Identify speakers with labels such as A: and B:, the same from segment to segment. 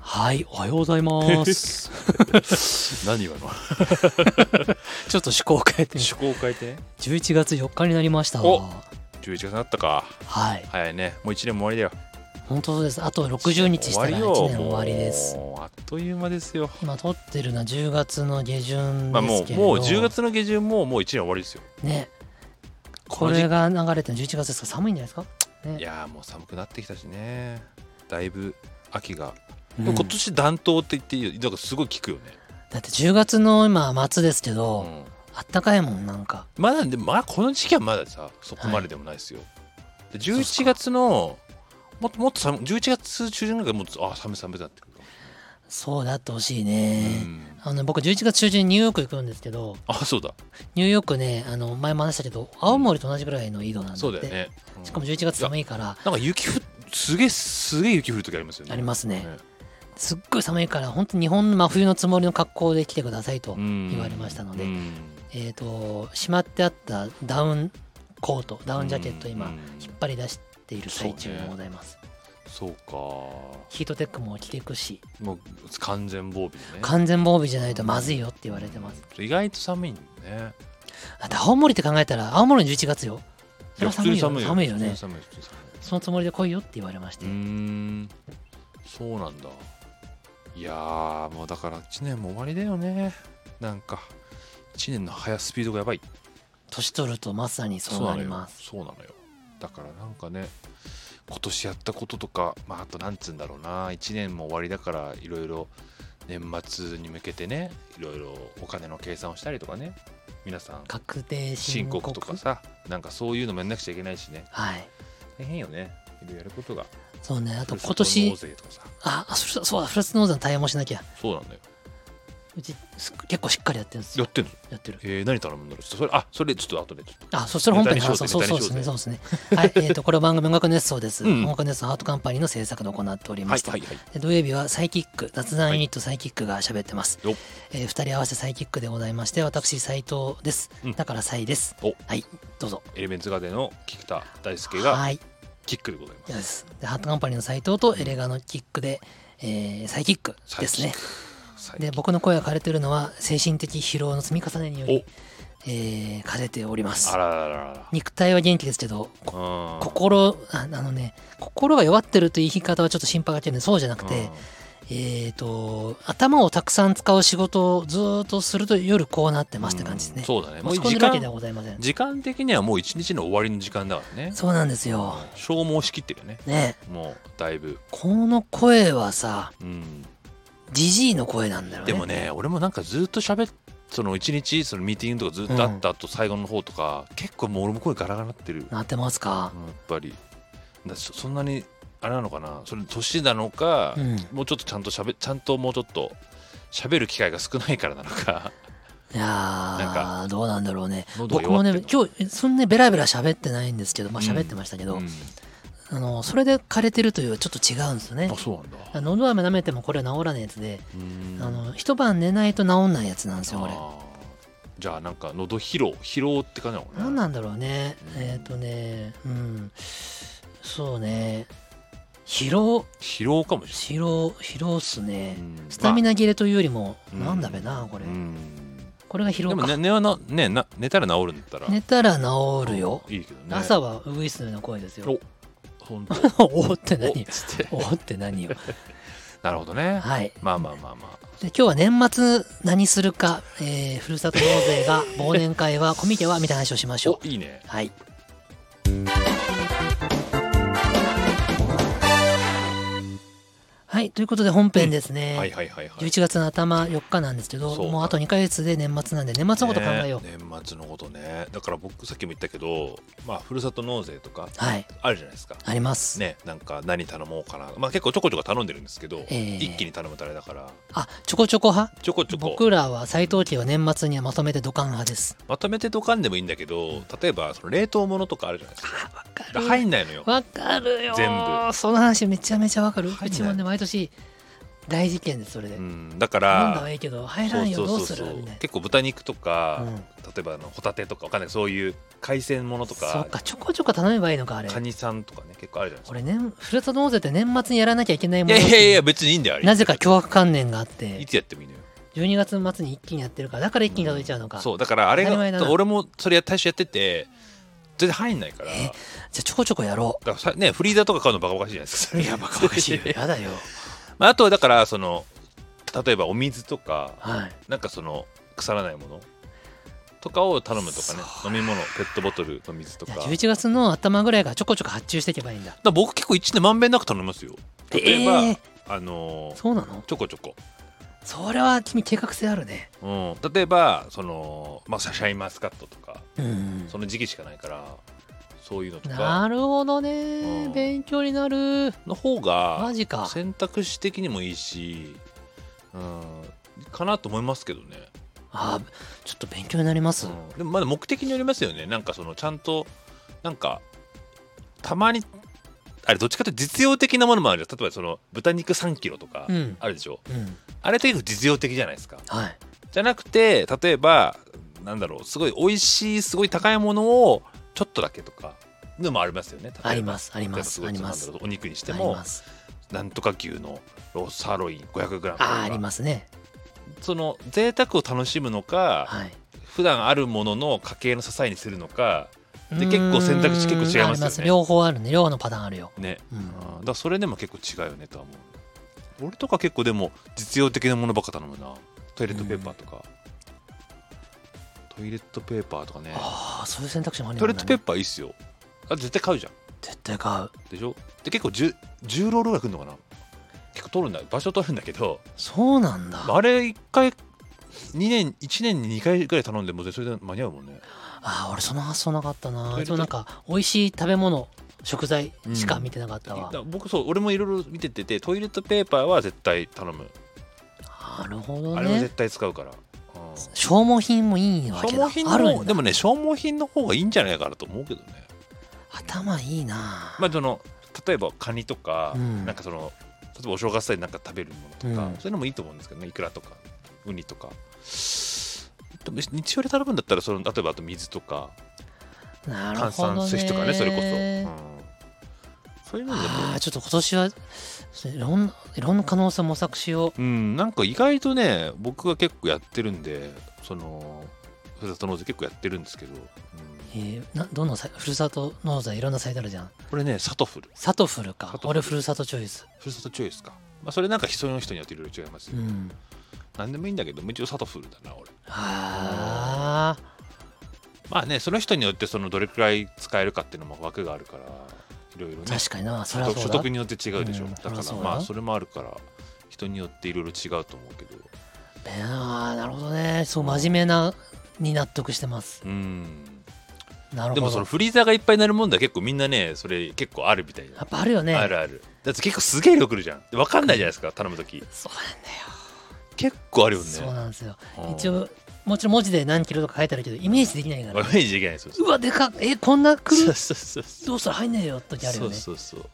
A: はい、おはようござい ます。
B: 何今
A: ち
B: の
A: ょっと趣向を変えてみ
B: 趣
A: た。
B: 向を変えて
A: 11月4日になりました。
B: お11月になったか
A: はい、
B: 早いねもう1年も終わりだよ
A: 本当そうです。あと60日したら
B: も
A: 1
B: うよ
A: 年終わりです。
B: もうあっという間ですよ
A: 今撮ってるのは10月の下旬
B: まあも
A: です
B: う
A: けれど、
B: もう10月の下旬もうもう1年終わりですよ
A: ね、こ
B: の時
A: れが流れてるの11月ですか寒いんじゃないですか。
B: いやーもう寒くなってきたしねだいぶ秋が、
A: うん
B: 今年暖冬って言っていいよだからすごい効くよね、
A: だって10月の今末ですけど、
B: うん
A: あったかいもんなんか。
B: まだでもまあこの時期はまださそこまででもないですよ、で11月のもっともっと寒い11月中旬ぐらいからもっとあ寒い寒いなってくるかも、
A: そうであってほしいね。
B: うん
A: あの僕11月中旬にニューヨーク行くんですけど
B: あそうだ
A: ニューヨークねあの前も話したけど青森と同じぐらいの緯度なんで、
B: そうだよね、うん
A: しかも11月寒いから
B: なんか雪ふすげえすげえ雪降る時ありますよね。
A: ありますね
B: ね
A: すっごい寒いから本当に日本の真冬のつもりの格好で来てくださいと、
B: うん
A: 言われましたので
B: うん
A: えっ、としまってあったダウンコートダウンジャケット
B: う
A: 今
B: ん
A: 引っ張り出している最中でございます、
B: そうか
A: ヒートテックも着ていくし
B: もう完全防備でね
A: 完全防備じゃないとまずいよって言われてます、
B: 意外と寒いんだね
A: だって青森って考えたら青森の11月よそれは寒いよ
B: や
A: 寒いよね
B: 普通に寒い普通に寒
A: そのつもりで来いよって言われまして、
B: いうーんそうなんだいやーもうだから1年も終わりだよねなんか1年の速スピードがやばい
A: 年取るとまさにそうなります
B: そうなのよそうなのよだからなんかね今年やったこととか、まあ、あとなんつうんだろうな1年も終わりだからいろいろ年末に向けてねいろいろお金の計算をしたりとかね皆さん
A: 確定申
B: 申
A: 告
B: 告とかさなんかそういうのもやんなくちゃいけないしね
A: はい
B: 大変よねいろいろやることが
A: そうねあ
B: あ
A: と今年
B: とかさ
A: ああそうだそうだフラスノーザン対応もしなきゃ
B: そうなんだよ
A: うちす結構しっかりやってるんです
B: や
A: よ
B: ってんの
A: やってる
B: えー、何頼むんだろうちょっとそれあそれちょっと後でちょっ
A: あそしたら本編に話そうそう
B: ネ
A: そ
B: タ
A: う
B: に
A: で
B: し
A: す
B: よう
A: ね
B: ぜ
A: そうですね はいえっ、とこれは番組音楽熱奏です、
B: うんうん
A: 音楽熱奏ハートカンパニーの制作で行っており
B: と
A: ま
B: はい
A: した、
B: はいはい
A: で土曜日はサイキック雑談ユニットサイキックが喋ってます、
B: よっ
A: えー、2人合わせサイキックでございまして私斉藤です、
B: うん
A: だからサイです
B: お
A: はいどうぞ
B: エレメンツガーデンの菊田大輔
A: は
B: が
A: い
B: キックでございます
A: ですでハートカンパニーの斉藤とエレガのキックで、えーサイキックですね
B: サイキッ
A: で
B: ク
A: 僕の声が枯れてるのは精神的疲労の積み重ねによ
B: お
A: り、えー枯れております
B: あららららら
A: 肉体は元気ですけどこ
B: こ
A: 心ああのね心が弱ってるという言い方はちょっと心配がけるんでそうじゃなくて、えっ、と頭をたくさん使う仕事をずーっとすると夜こうなってますって感じですね、
B: そうだねもう
A: 持ち込んで
B: 時
A: るわけでは
B: 間
A: ございません
B: 時間的にはもう一日の終わりの時間だからね
A: そうなんですよ
B: 消耗しきってるよね
A: ね
B: もうだいぶ
A: この声はさ
B: うん
A: ジジイの声なんだよね
B: でもね俺もなんかずっと喋っその一日そのミーティングとかずっとあった後最後の方とか結構もう俺も声ガラガラなってるうんや
A: なってますか、
B: っぱりだそそんなにあれなのかなそれ年なのか
A: うん
B: もうちょっとちゃんと喋ちゃんともうちょっと喋る機会が少ないからなのか
A: いや
B: なん
A: ーどうなんだろうね
B: 喉が
A: 僕
B: 弱
A: も
B: って
A: ね
B: んの
A: 今日そんなにベラベラ喋ってないんですけどまあ
B: うん
A: 喋ってましたけど、
B: うん
A: あのそれで枯れてるというちょっと違うんですよね
B: あそうなんだ
A: 喉飴舐めてもこれは治らないやつで、
B: うん
A: あの一晩寝ないと治んないやつなんですよこれ
B: あーじゃあなんか喉疲労疲労って感じなのかな
A: 何なんだろうね、
B: うん
A: えっ、とねうんそうね疲労
B: 疲労かもし
A: 疲労疲労っすね
B: れない、うん
A: スタミ
B: ま
A: ナ切れというよりも、
B: うん
A: なんだべなこ
B: あ
A: れ、
B: うん
A: これが疲
B: で
A: 労
B: も
A: か、
B: ね寝はな、ね、な寝たら治るんだったら
A: 寝たら治るよ、
B: いいけどね
A: 朝はウグイスのような声ですよ
B: お本 当
A: おおって
B: お
A: 何よ
B: つって
A: おって何 よ
B: なるほどね
A: はい
B: まあまあまあまあ
A: で今日は年末何するか、えーふるさと納税が忘年会はコミケはみたいな話をしましょ
B: おいいね
A: うはいはいということで本編ですね、
B: はいはいはいはい
A: 11月の頭4日なんですけど
B: そうか
A: もうあと2ヶ月で年末なんで年末のこと考えよう、
B: ね年末のことねだから僕さっきも言ったけどまあふるさと納税とか
A: はい
B: あるじゃないですか
A: あります、
B: ねなんか何頼もうかなまあ結構ちょこちょこ頼んでるんですけど
A: ええ
B: 一気に頼むとあれだから
A: あちょこちょこ派
B: ちょこちょこ
A: 僕らは斎藤家は年末にはまとめて土管派です
B: まとめてドカンでもいいんだけど例えばその冷凍物とかあるじゃないですか
A: わか
B: だから入んないのよ
A: わかるよ
B: 全部
A: その話めちゃめちゃわかる
B: 入んないう
A: ちもね毎年大事件ですそれで、
B: うんだか
A: 飲んだ
B: ら
A: はいいけど入らんよどうするみたい
B: 結構豚肉とか、例えばあのホタテとかわかんないけどそういう海鮮ものと
A: そ
B: か
A: っかちょこちょこ頼めばいいのかあれ
B: カニさんとかね結構あるじゃないですか
A: 俺ねふるさと納税って年末にやらなきゃいけないも
B: い
A: の
B: やいやいや別にいいんだよあれ
A: なぜか脅迫観念があっ
B: い
A: て
B: つやってもいいのよ
A: 12月末に一気にやってるからだから一気に届いちゃうのか、
B: そうだからあれ
A: 当たり前だ
B: が
A: な
B: 俺もそれや最初やってて全然入んないから
A: えじゃあちょこちょこやろ
B: だからさねフリーザーとか買うのバカバカしいじゃないですか
A: ういやバカバカしいよやだよ
B: まああとはだからその例えばお水 とか
A: はい
B: なんかその腐らないものとかを頼むとかね
A: そ
B: 飲み物ペットボトルの水と
A: じ
B: か
A: ゃあ
B: だか
A: 11月の頭ぐらいからちょこちょこ発注していけばいいんだ
B: ら僕結構一年まんべんなく頼みますよ例えば、
A: えー
B: あのー
A: そうなの
B: ちょこちょこ、
A: それは君計画性あるね
B: うん、例えばその、まあ、シャインマスカットとか
A: うん
B: その時期しかないからそういうのとか
A: なるほどね、
B: うん
A: 勉強になる
B: の方が
A: マジか
B: 選択肢的にもいいし、うん、かなと思いますけどね、
A: あちょっと勉強になります、
B: うんでもまだ目的によりますよねなんかそのちゃんとなんかたまにあれどっちかというと実用的なものもあるじゃん例えばその豚肉3キロとか
A: うん
B: あるでしょ、
A: うん、
B: あれって結構実用的じゃないですか
A: はい
B: じゃなくて例えばなんだろうすごい美味しいすごい高いものをちょっとだけとかのもありますよね例えば
A: ありますあります
B: 例えば
A: あり
B: ごい
A: ま
B: な
A: す
B: んだろうお肉にして
A: あり
B: も
A: ます
B: なんとか牛のロースサーロイン 500g と
A: あー
B: か
A: ありますね
B: その贅沢を楽しむのか
A: はい
B: 普段あるものの家計の支えにするのかで結構選択肢結構違いますよ
A: う
B: ね
A: んあり両方あるね両方のパターンあるよ、
B: ね
A: うん
B: あーだからそれでも結構違うよねとは思う俺とか結構でも実用的なものばっか頼むなトイレットペーパーとか、トイレットペーパーとかね
A: ああそういう選択肢もある
B: トイレットペー
A: ー
B: パーいいっすよあ絶対買うじゃん
A: 絶対買う
B: でしょで結構 10, 10ロールぐらい来るのかな結構取るんだ場所取るんだけど
A: そうなんだ
B: あれ1回2年1年に2回ぐらい頼んでもうそれで間に合うもんね
A: ああ俺その発想なかった
B: トイ
A: な
B: レ
A: いつもなんか美味しい食べ物食材しか見てなかったわ、
B: だ僕そう俺もいろいろ見てててトイレットペーパーは絶対頼む、
A: なるほど
B: あれは
A: ね
B: 絶対使うから、うん
A: 消耗品もいいわ
B: 消
A: けだ
B: 耗品
A: ある
B: の
A: ん
B: で
A: だ
B: もね消耗品の方がいいんじゃないかなと思うけどね
A: 頭いいな
B: まあその例えばカニとか、
A: うん
B: なんかその例えばお正月祭りなんか食べるものとか、
A: うん
B: そういうのもいいと思うんですけどねいくらとかウニとかでも日曜で頼むんだったらその例えばあと水とか
A: なるほ
B: 炭
A: ど
B: 酸
A: ね
B: 水とかねそれこそ、うんそういうのでも
A: ああちょっと今年はそういろんないろんな可能性を模索しよ
B: うん、なんか意外とね僕が結構やってるんでそのふるさと納税結構やってるんですけど、うん
A: う、えー、などのさふるさと納税いろんなサイトあるじゃん
B: これねサトフル
A: サトフル
B: サト
A: か
B: フル
A: 俺ふるさとチョイス
B: ふるさとチョイスか、まあ、それなんか人の人によっていろいろ違います
A: う
B: よ、
A: ん
B: なんでもいいんだけど一応サトフルだな俺
A: ああ
B: まあねその人によってそのどれくらい使えるかっていうのも枠があるからいろいろね
A: 確かになそ
B: 所
A: れは
B: 得
A: そ
B: 所
A: うだ
B: 得によって違うでしょ、
A: うん
B: だか
A: そりゃそ
B: ら
A: うだ
B: まあそれもあるから人によっていろいろ違うと思うけど
A: えーあーなるほどねそう真面目なに納得してます
B: うん
A: なる
B: で
A: ほ
B: もその
A: ど
B: フリーザーがいっぱいになるもんだ結構みんなねそれ結構あるみたいな
A: やっぱあるよね
B: あるあるだって結構すげえ量来るじゃん分かんないじゃないですか頼む時
A: そうなんだよ
B: 結構あるよね
A: そうなんですよ
B: うん
A: 一 応もちろん文字で何キロとか書いてあるけどイメージできないから
B: イメージできないですよ
A: うわでかっえこんな来
B: そう
A: る
B: そうそうそう
A: どうしたら入んねえよって時ある
B: そ
A: よ
B: う
A: ね
B: そうそう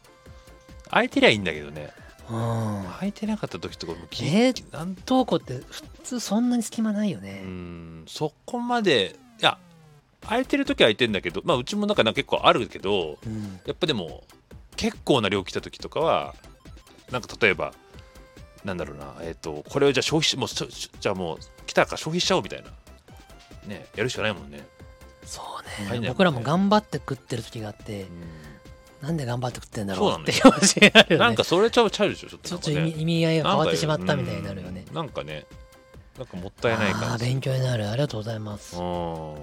B: 空いてりゃいいんだけどね
A: うん
B: 空いてなかった時とかもき
A: えー
B: なん
A: 投稿って普通そんなに隙間ないよね
B: う、んそこまでいや空いてる時は空いてんだけどまあうちもなんかなんか結構あるけど
A: うん
B: やっぱでも結構な量来た時とかはなんか例えばなんだろうなえっ、とこれをじゃあ消費しもうしょしじゃあもう来たから消費しちゃおうみたいなねやるしかないもんね
A: そうね
B: 入んないもんね
A: 僕らも頑張って食ってる時があって
B: う
A: なんで頑張って食ってんだろうって
B: そ
A: 教えられる
B: ん、
A: よ
B: な
A: ね
B: んかそれちゃうちゃうでしょちょっ
A: ち
B: と
A: ょ
B: な
A: っと
B: んかね
A: 意味意味合いが変わってしまっ
B: な
A: た
B: んか
A: みたいになるよね
B: うんなんかねなんかもったいない
A: あ
B: 感
A: ー
B: じ
A: 勉強になるありがとうございます
B: うんっ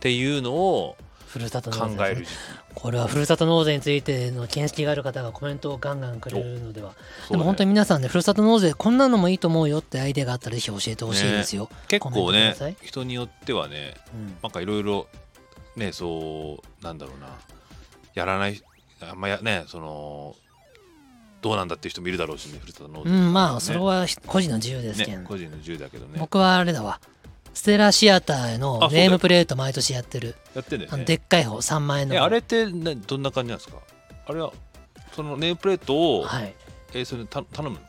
B: ていうのを
A: ふるさと
B: 考
A: 納税
B: える時期
A: これはふるさと納税についての見識がある方がコメントをガンガンくれるのでは、
B: そう
A: で
B: ね
A: も本当に皆さんねふるさと納税こんなのもいいと思うよってアイデアがあったらぜひ教えてほしいですよ、
B: 結構
A: コメントくだ
B: ね
A: さい
B: 人によってはね
A: うん
B: なんかいろいろねそうなんだろうなやらないあんまやねそのどうなんだっていう人もいるだろうしねふるさと納税
A: うんまあそれは個人の自由ですけ
B: ね
A: ん、
B: 個人の自由だけどね
A: 僕はあれだわステラシアターへ
B: あそ
A: の
B: うだよ
A: ネームプレート毎年やってる
B: やってん
A: あ
B: だよ
A: の
B: ね
A: でっかい方3万円の
B: えあれってねどんな感じなんですかあれはそのネームプレートを、
A: はい
B: えそれた頼むの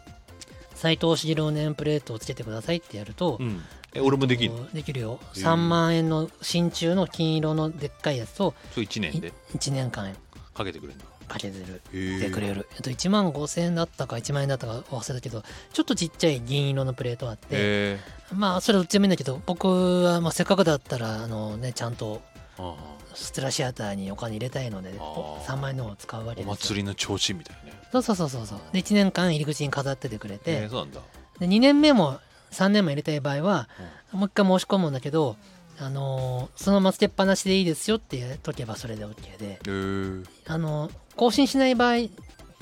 A: 斎藤茂のネームプレートをつけてくださいってやると、
B: うん、え俺もできん
A: えっ
B: の
A: とできるよ
B: へえ
A: 3万円の真鍮の金色のでっかいやつを
B: そう1年で
A: 1年間
B: かけてくれるんだ
A: かけてる
B: へ
A: でくれ
B: へ
A: る、えっと、1万5000円だったか1万円だったか忘れたけどちょっとちっちゃい銀色のプレートあって
B: え
A: まあそれどっちでもいいんだけど僕はまあせっかくだったらあのねちゃんと
B: あ
A: ステラシアターにお金入れたいので
B: あー
A: お3万円の方を使うわ
B: あ
A: けで
B: お
A: すよ
B: 祭りの提灯みたいね
A: そうそうそうそうそうで1年間入り口に飾っててくれて、
B: えーそうなんだ
A: で2年目も3年も入れたい場合は
B: うん、
A: もう一回申し込むんだけど、あのーそのままつけっぱなしでいいですよって解けばそれで OK で、
B: えー、
A: あのー更新しない場合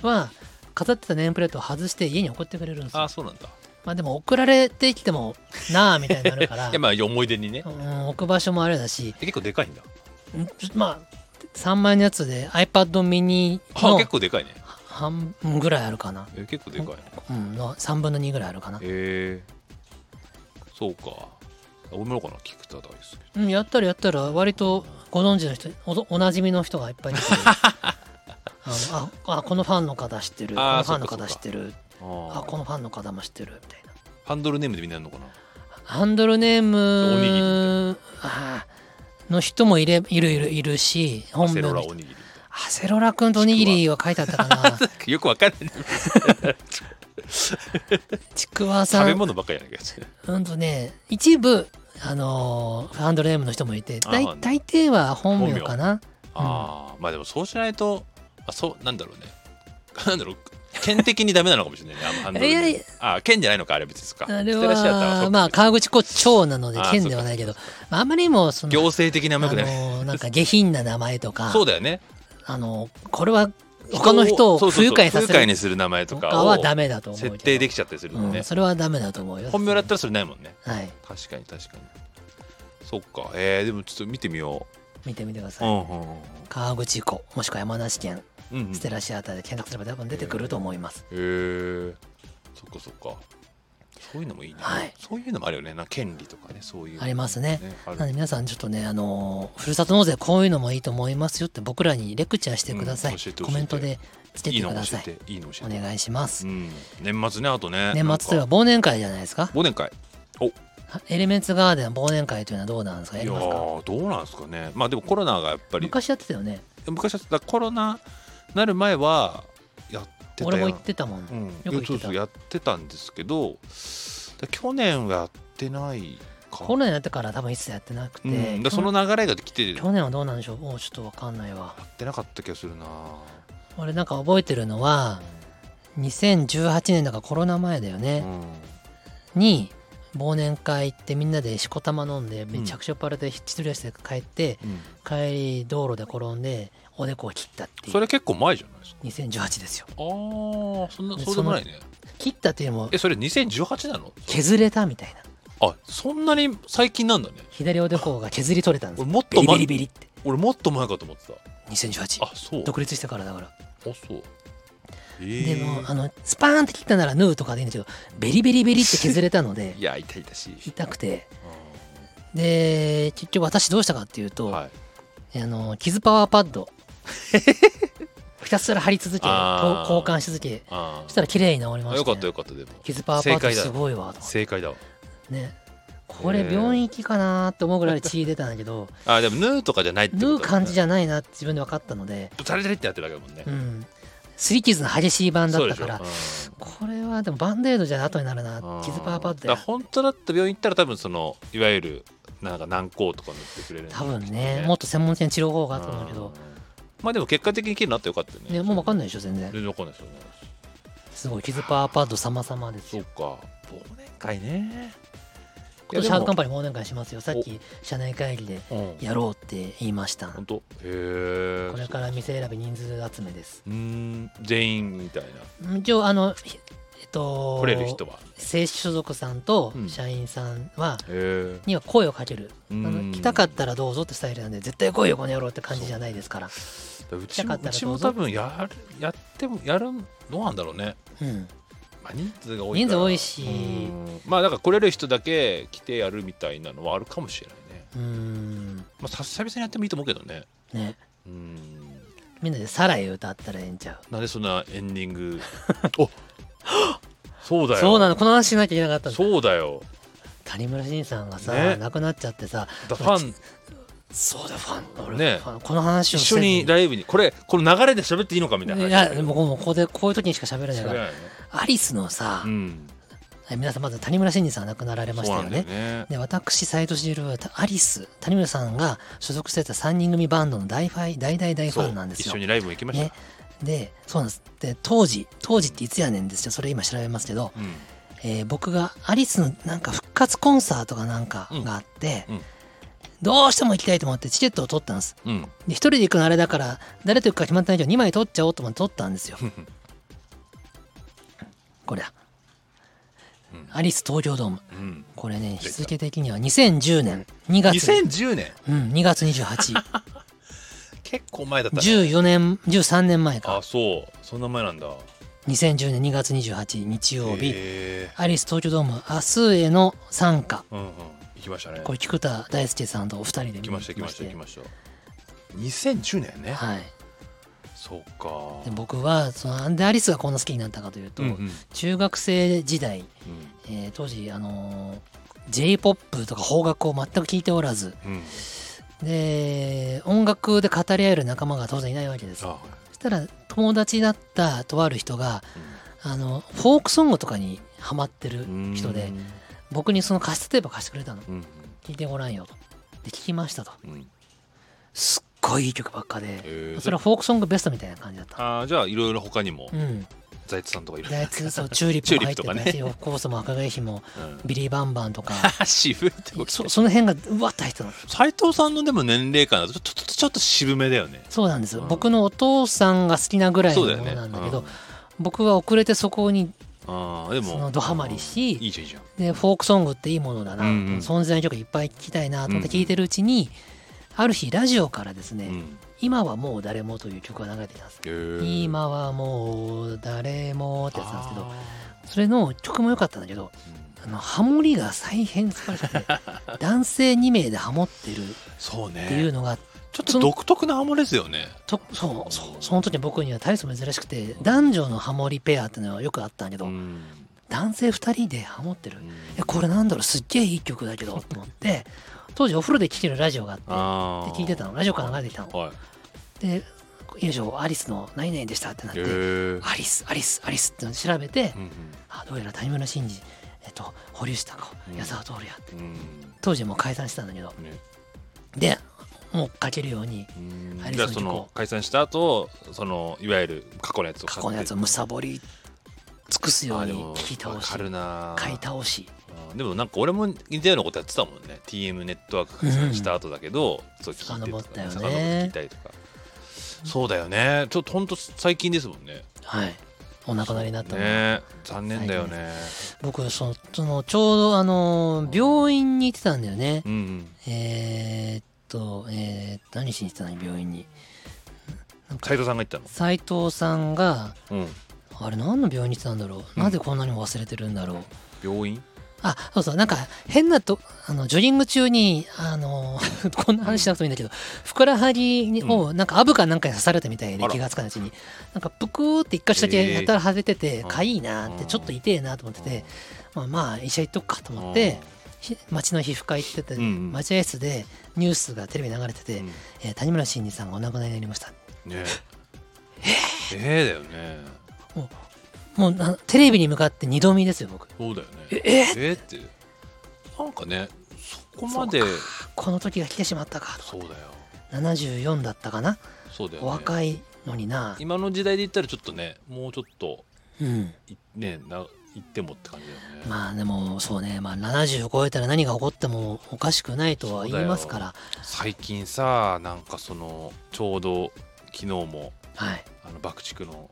A: は飾ってたネームプレートを外して家に送ってくれるんです
B: あ
A: よ
B: あそうなんだ
A: まあでも送られてきてもなあみたいになるから
B: いやまあ思い出にね
A: うん、置く場所もあれだし
B: え結構でかいんだ
A: うんちょまあ3万円のやつで iPad mini
B: あ
A: の
B: 結構でかいね
A: 半分ぐらいあるかな、
B: えー結構でかいね
A: うん、の3分の2ぐらいあるかな、
B: えー、そうか俺もかな菊田大好き
A: うん、やったらやったら割とご存知の人おおなじみの人がいっぱいいて あのああこのファンの方知ってるこ
B: あ
A: の
B: ー
A: ファンの
B: そっか
A: 方
B: そ
A: 知
B: っか
A: ってるあ
B: あ
A: このファンの方も知ってるみたいな
B: ハンドルネームでみんなやるのかな
A: ハンドルネー
B: おにぎりみ
A: ムあーの人もいれいるいるいるし
B: ア
A: 本
B: セ
A: 名
B: ロ
A: の
B: ラ
A: 人
B: おにぎりみ
A: あセロラ君とおにぎりは書いてあったかな
B: たいなよくわかんない
A: ちくわさ
B: 食べ
A: ん
B: 物ばっかりやなきゃ
A: うんとね一部あのーハンドルネームの人もいて
B: あ
A: 大
B: はい
A: 大抵は本名かな
B: ああまあでもそうしないとあそうなんだろうねなんだろう県的にダメなのかもしれないねあのハンドルネーム
A: いやいや
B: あ県じゃないのかあれは別ですか
A: あれ
B: ステラシアターはそ
A: は
B: うか
A: まあ川口湖町なので
B: あー
A: 県ではないけどまああんまりにもその
B: 行政的
A: あ
B: なうまくない、
A: のなんか下品な名前とか
B: そうだよね
A: あのこれは他の人を
B: そう
A: 不
B: そうそう
A: 愉快さ
B: 不
A: せ
B: 愉快
A: る
B: にする名前と
A: と
B: か
A: か
B: を
A: はダメだと思うけど
B: 設定できちゃったりするの
A: う
B: ね
A: ん、それはダメだと思うよ
B: 本名だったらそれないもんね
A: はい
B: 確かに確かにそっかえー、でもちょっと見てみよ
A: 見てみてくださ
B: う、
A: い、
B: うんうんうん
A: 川口湖もしくは山梨県
B: うんうん
A: ステラシアターで検索すれば多分出てくると思います、
B: へえそっかそっかそういうのもいいね、
A: はい
B: そういうのもあるよねなんか権利とかねそういうの
A: ありますね
B: ある
A: なので皆さんちょっとね、あのーふるさと納税こういうのもいいと思いますよって僕らにレクチャーしてください、
B: うん教えて教えて
A: コメントでつけ
B: い
A: て
B: い
A: く
B: の
A: だ
B: 教
A: さ
B: え
A: い
B: ていいの教
A: お
B: えて
A: 願いします
B: うん、年末ねあとね
A: 年末といえば忘年会じゃないですか
B: 5年会
A: エレメンツガーデン忘年会というのはどうなんですか
B: い
A: や
B: や
A: りますか
B: ーどうなんですかねまあでもコロナがやっぱり
A: 昔やってたよね
B: 昔はだからコロナなる前はやってたやん
A: 俺も行ってたもん
B: う
A: く
B: ん、
A: 行ってた
B: そうそうやってたんですけどだ去年はやってないか
A: コロナになってから多分一切やってなくて、
B: うん、だからその流れが来てるや
A: 去年はどうなんでしょうもうちょっとわかんないわ
B: ってなかった気がするな
A: 俺なんか覚えてるのは2018年だからコロナ前だよ
B: う
A: ね、
B: ん
A: に忘年会行ってみんなでしこたま飲んでめちゃくちゃ酔っ払って一人で帰って
B: うん
A: 帰り道路で転んでおでこを切ったってい
B: そうれ結構前じゃないですか
A: 2018ですよ
B: ああそんな
A: で
B: そうでもないね
A: 切ったっていうのも
B: えそれ2018なの
A: 削れたみたいな
B: あそんなに最近なんだね
A: 左おでこが削り取れたんです
B: 俺
A: よ
B: もっ
A: ビ
B: と
A: リ
B: 前
A: ビリビリって
B: 俺もっと前かと思ってた
A: 2018
B: あそう
A: 独立してからだから
B: あそうえ
A: で
B: ー
A: もあのスパーンって切ったなら縫うとかでいいんだけどベリベリベリって削れたので
B: いや痛い痛いしい
A: 痛くてで結局私どうしたかっていうと、
B: はい
A: あの傷パワーパッド ひたすら貼り続け
B: あー
A: 交換し続け
B: あー
A: そしたら綺麗に治りました、
B: あ
A: ね、
B: よかったよかったでも
A: 傷パワーパッド
B: 正解だ
A: すごいわとか
B: 正解だわ
A: ねこれ
B: へー
A: 病院行きかなーって思うぐらい血出たんだけ ど
B: あでも縫うとかじゃないってこと
A: 縫う感じじ
B: ゃ
A: ゃないなって自分で分かったので
B: ぶたれてってやってるだけだもんね
A: うんすり傷の激しい版だ
B: そ
A: っ
B: うで
A: た
B: しょ
A: から
B: うん
A: これはでもバンデードじゃ後になるな傷パワーパッド
B: だ
A: や
B: から本当だったら病院行ったら多分そのいわゆるなんか軟膏とか塗ってくれるんだ
A: 多
B: ろう
A: 分ねもっと専門的に治療法があったんだけ
B: うん
A: ど、
B: まあでも結果的に綺麗になってよかったよね
A: ね、もう分かん
B: ない
A: ないでしょ全然
B: 全然わかんないですよね
A: すごい傷パワーパッド様々です
B: そう
A: よ
B: か忘年会ね
A: 今年ハードカン
B: パ
A: パニー忘年会しますよさっき社内会議で
B: ニー
A: やろうって言いました
B: 本当へえ
A: これから店選び人数集めです
B: うーん全員みたいな
A: 一応あのひえっと
B: 来れる人は
A: 正所属さんと
B: うん
A: 社員さんは、
B: へ
A: には声をかける、あ
B: え
A: の来たかったらどうぞってスタイルなんで絶対来いよこの野郎って感じじゃないですから
B: う
A: 来た
B: ち
A: か
B: も
A: ったら
B: うち
A: ど
B: も
A: うぞ
B: 多分やるやってもやるどうなんだろうね、
A: うん
B: まあ、人数が多い
A: 人
B: から
A: 数多いし
B: うんまあだから来れる人だけ来てやるみたいなのはあるかもしれないね、
A: うーん
B: まあ、さ久々にやってもいいと思うけどね
A: ね
B: うん
A: みんなで「サライ」歌ったらええんちゃ
B: なんでそんなエンディ ングおそう
A: う
B: だよ
A: そうなのこの話しなきゃいけなかったんだ
B: そうだよ
A: 谷村新さんがさ、
B: ね
A: 亡くなっちゃってさ
B: だファン
A: そうだファン俺、
B: ね
A: ファンこの話
B: 一
A: を
B: 緒にライブにこれこの流れで喋っていいのかみ
A: せ
B: たい
A: ず
B: な
A: にい
B: 話
A: やもうもうここでこういう時にしか喋れない
B: 喋
A: からら
B: ないよね
A: アリスのさ、
B: うん
A: え皆さんまず谷村新司さん亡くなられまし
B: そう
A: た
B: な
A: よ
B: ん
A: ね
B: だよね
A: で私斎藤茂はアリス谷村さんが所属してた3人組バンドの大ファイ大大大フ
B: そ
A: ァ
B: う
A: ンなんです
B: 一
A: よ
B: 緒にライブも行きまし
A: ね
B: た、
A: でそうなんですで当時当時っていつやねんですよそれ今調べますけど、
B: うん
A: えー僕がアリスのなんか復活コンサートかなんかがあって、
B: うんうん
A: どうしても行きたいと思ってチケットを取ったんです
B: うん
A: で一人で行くのあれだから誰と行くか決まってないけど2枚取っちゃおうと思って取ったんですよこれだ
B: うん
A: アリス東京ドーム
B: うん
A: これね日付的には2010年2月
B: 2010年
A: うん、2月28
B: 結構前だったね
A: 14年13年前
B: あ
A: か
B: そうそんな前なんだ
A: 2010年2月28日曜日
B: へ
A: アリス東京ドーム明日への参加
B: ーうんうん行きましたね
A: これ菊田大輔さんとお二人で
B: 行き
A: 見
B: ま
A: に
B: した行きました行き
A: ま
B: ました2010年ね
A: はい
B: そうか
A: で僕はそのなんでアリスがこんな好きになったかというと、
B: うんうん
A: 中学生時代、えー当時あのー J−POP とか邦楽を全く聞いておらず
B: うんうん
A: で音楽で語り合える仲間が当然いないわけです
B: あ
A: そ
B: はい
A: したら友達だったとある人があのフォークソングとかにハマってる
B: うん
A: 人で僕にその貸しテープ貸してくれたの
B: うん
A: 聞いてごらんよとで聞きましたと
B: うんうん
A: すっごいいい曲ばっかで
B: へー
A: それはフォークソングベストみたいな感じだった
B: あーじゃあいろいろ他にも
A: うん
B: 財津さんとかいろい
A: であいつそうチューリップも入ってたし、オフコースも赤毛ひも
B: ろうん
A: ビリーバンバンと か
B: 渋いってこと
A: そその辺がうわっと入ってたの
B: 斎藤さんのでも年齢感だとちょっとちょっと渋めだよね
A: そうなんですよ
B: うん
A: 僕のお父さんが好きなぐらいの
B: そう
A: も
B: だよ
A: の
B: ね
A: なんだけど
B: うん
A: 僕は遅れてそこに
B: ああでも
A: そのドハマりし
B: うんいいじゃんいいじゃん
A: でフォークソングっていいものだな、
B: うんうん
A: 存在の曲いっぱい聴きたいなと思って聴いてるうちに、ある日ラジオからですね「
B: うん
A: 今はもう誰も」という曲が流れてきたんです。
B: へー
A: 今はもう誰もってやつなんですけど
B: あ
A: それの曲も良かったんだけど
B: ーうん
A: あのハモリが大変素晴らしくて男性2名でハモってるっ
B: そうね
A: ていうのが
B: ちょっと独特なハモですよね
A: とそうそうその時僕には大層珍しくて男女のハモリペアっていうのはよくあったんだけど、
B: うん
A: 男性2人でハモってる
B: う、ん
A: いやこれなんだろうすっげえいい曲だけどと思って当時お風呂で聴けるラジオがあって
B: あ
A: で聞いてたのラジオから流れてきたの
B: はい
A: で「以上アリスの何々でした」ってなって
B: へえ
A: 「アリスアリスアリス」ってのを調べて、
B: うん
A: あどうやら谷村新司えっと堀内孝
B: うん
A: 雄矢沢徹やって
B: うん
A: 当時もう解散してたんだけど
B: うんね
A: でもう書けるように
B: うん
A: あれ
B: じゃあ
A: その
B: その解散した後そのいわゆる過去のやつを買っ
A: 過
B: て
A: 去のやつをむさぼり尽くすように聞き
B: あでも
A: 倒
B: わ
A: し
B: かるな
A: 買い倒し
B: うんでもなんか俺も似たようなことやってたもんね TM ネットワーク解散した後だけど、そう聞いて
A: 遡
B: と
A: った
B: か
A: よね
B: 遡って聞いたりとかそうだよねちょっとほんと最近ですもんね
A: はいお亡くなりになったのが
B: ね残念だよね
A: 僕そのそのちょうどあの病院に行ってたんだよね
B: うんうん
A: えー、っと、えー、何しに行ってたの病院に
B: 斎藤さんが言ったの
A: 斉藤さんが
B: うん
A: あれ何の病院に行ってたんだろうなぜこんなにも忘れてるんだろう、
B: 病院
A: あそうそうなんか変なとあのジョギング中にあの こんな話しなくてもいいんだけどふくらはぎにをなんかアブかなんかに刺されたみたい
B: あ
A: で
B: ら
A: 気がつかないうちになんかぷくーって一箇所だけやたら腫れてて、
B: ー
A: かいいなーって
B: うん
A: ちょっと痛えなと思ってて、まあ、まあ医者行っとくかと思ってひ町の皮膚科行ってて、
B: うんうん
A: 待合室でニュースがテレビ流れてて、
B: うん
A: えー谷村新司さんがお亡くなりになりました
B: ねええだよね
A: もうなテレビに向かって二度見ですよ僕
B: そうだよね
A: え
B: ええってなんかねそこまで
A: この時が来てしまったかと
B: そうだよ
A: 74だったかな
B: そうだよ
A: お
B: ね
A: 若いのにな、
B: 今の時代で言ったらちょっとねもうちょっと
A: うん、
B: いねな行ってもって感じだよね
A: まあでもそうね、まあ、70超えたら何が起こってもおかしくないとは言いますから
B: 最近さなんかそのちょうど昨日も
A: はい
B: あの爆竹の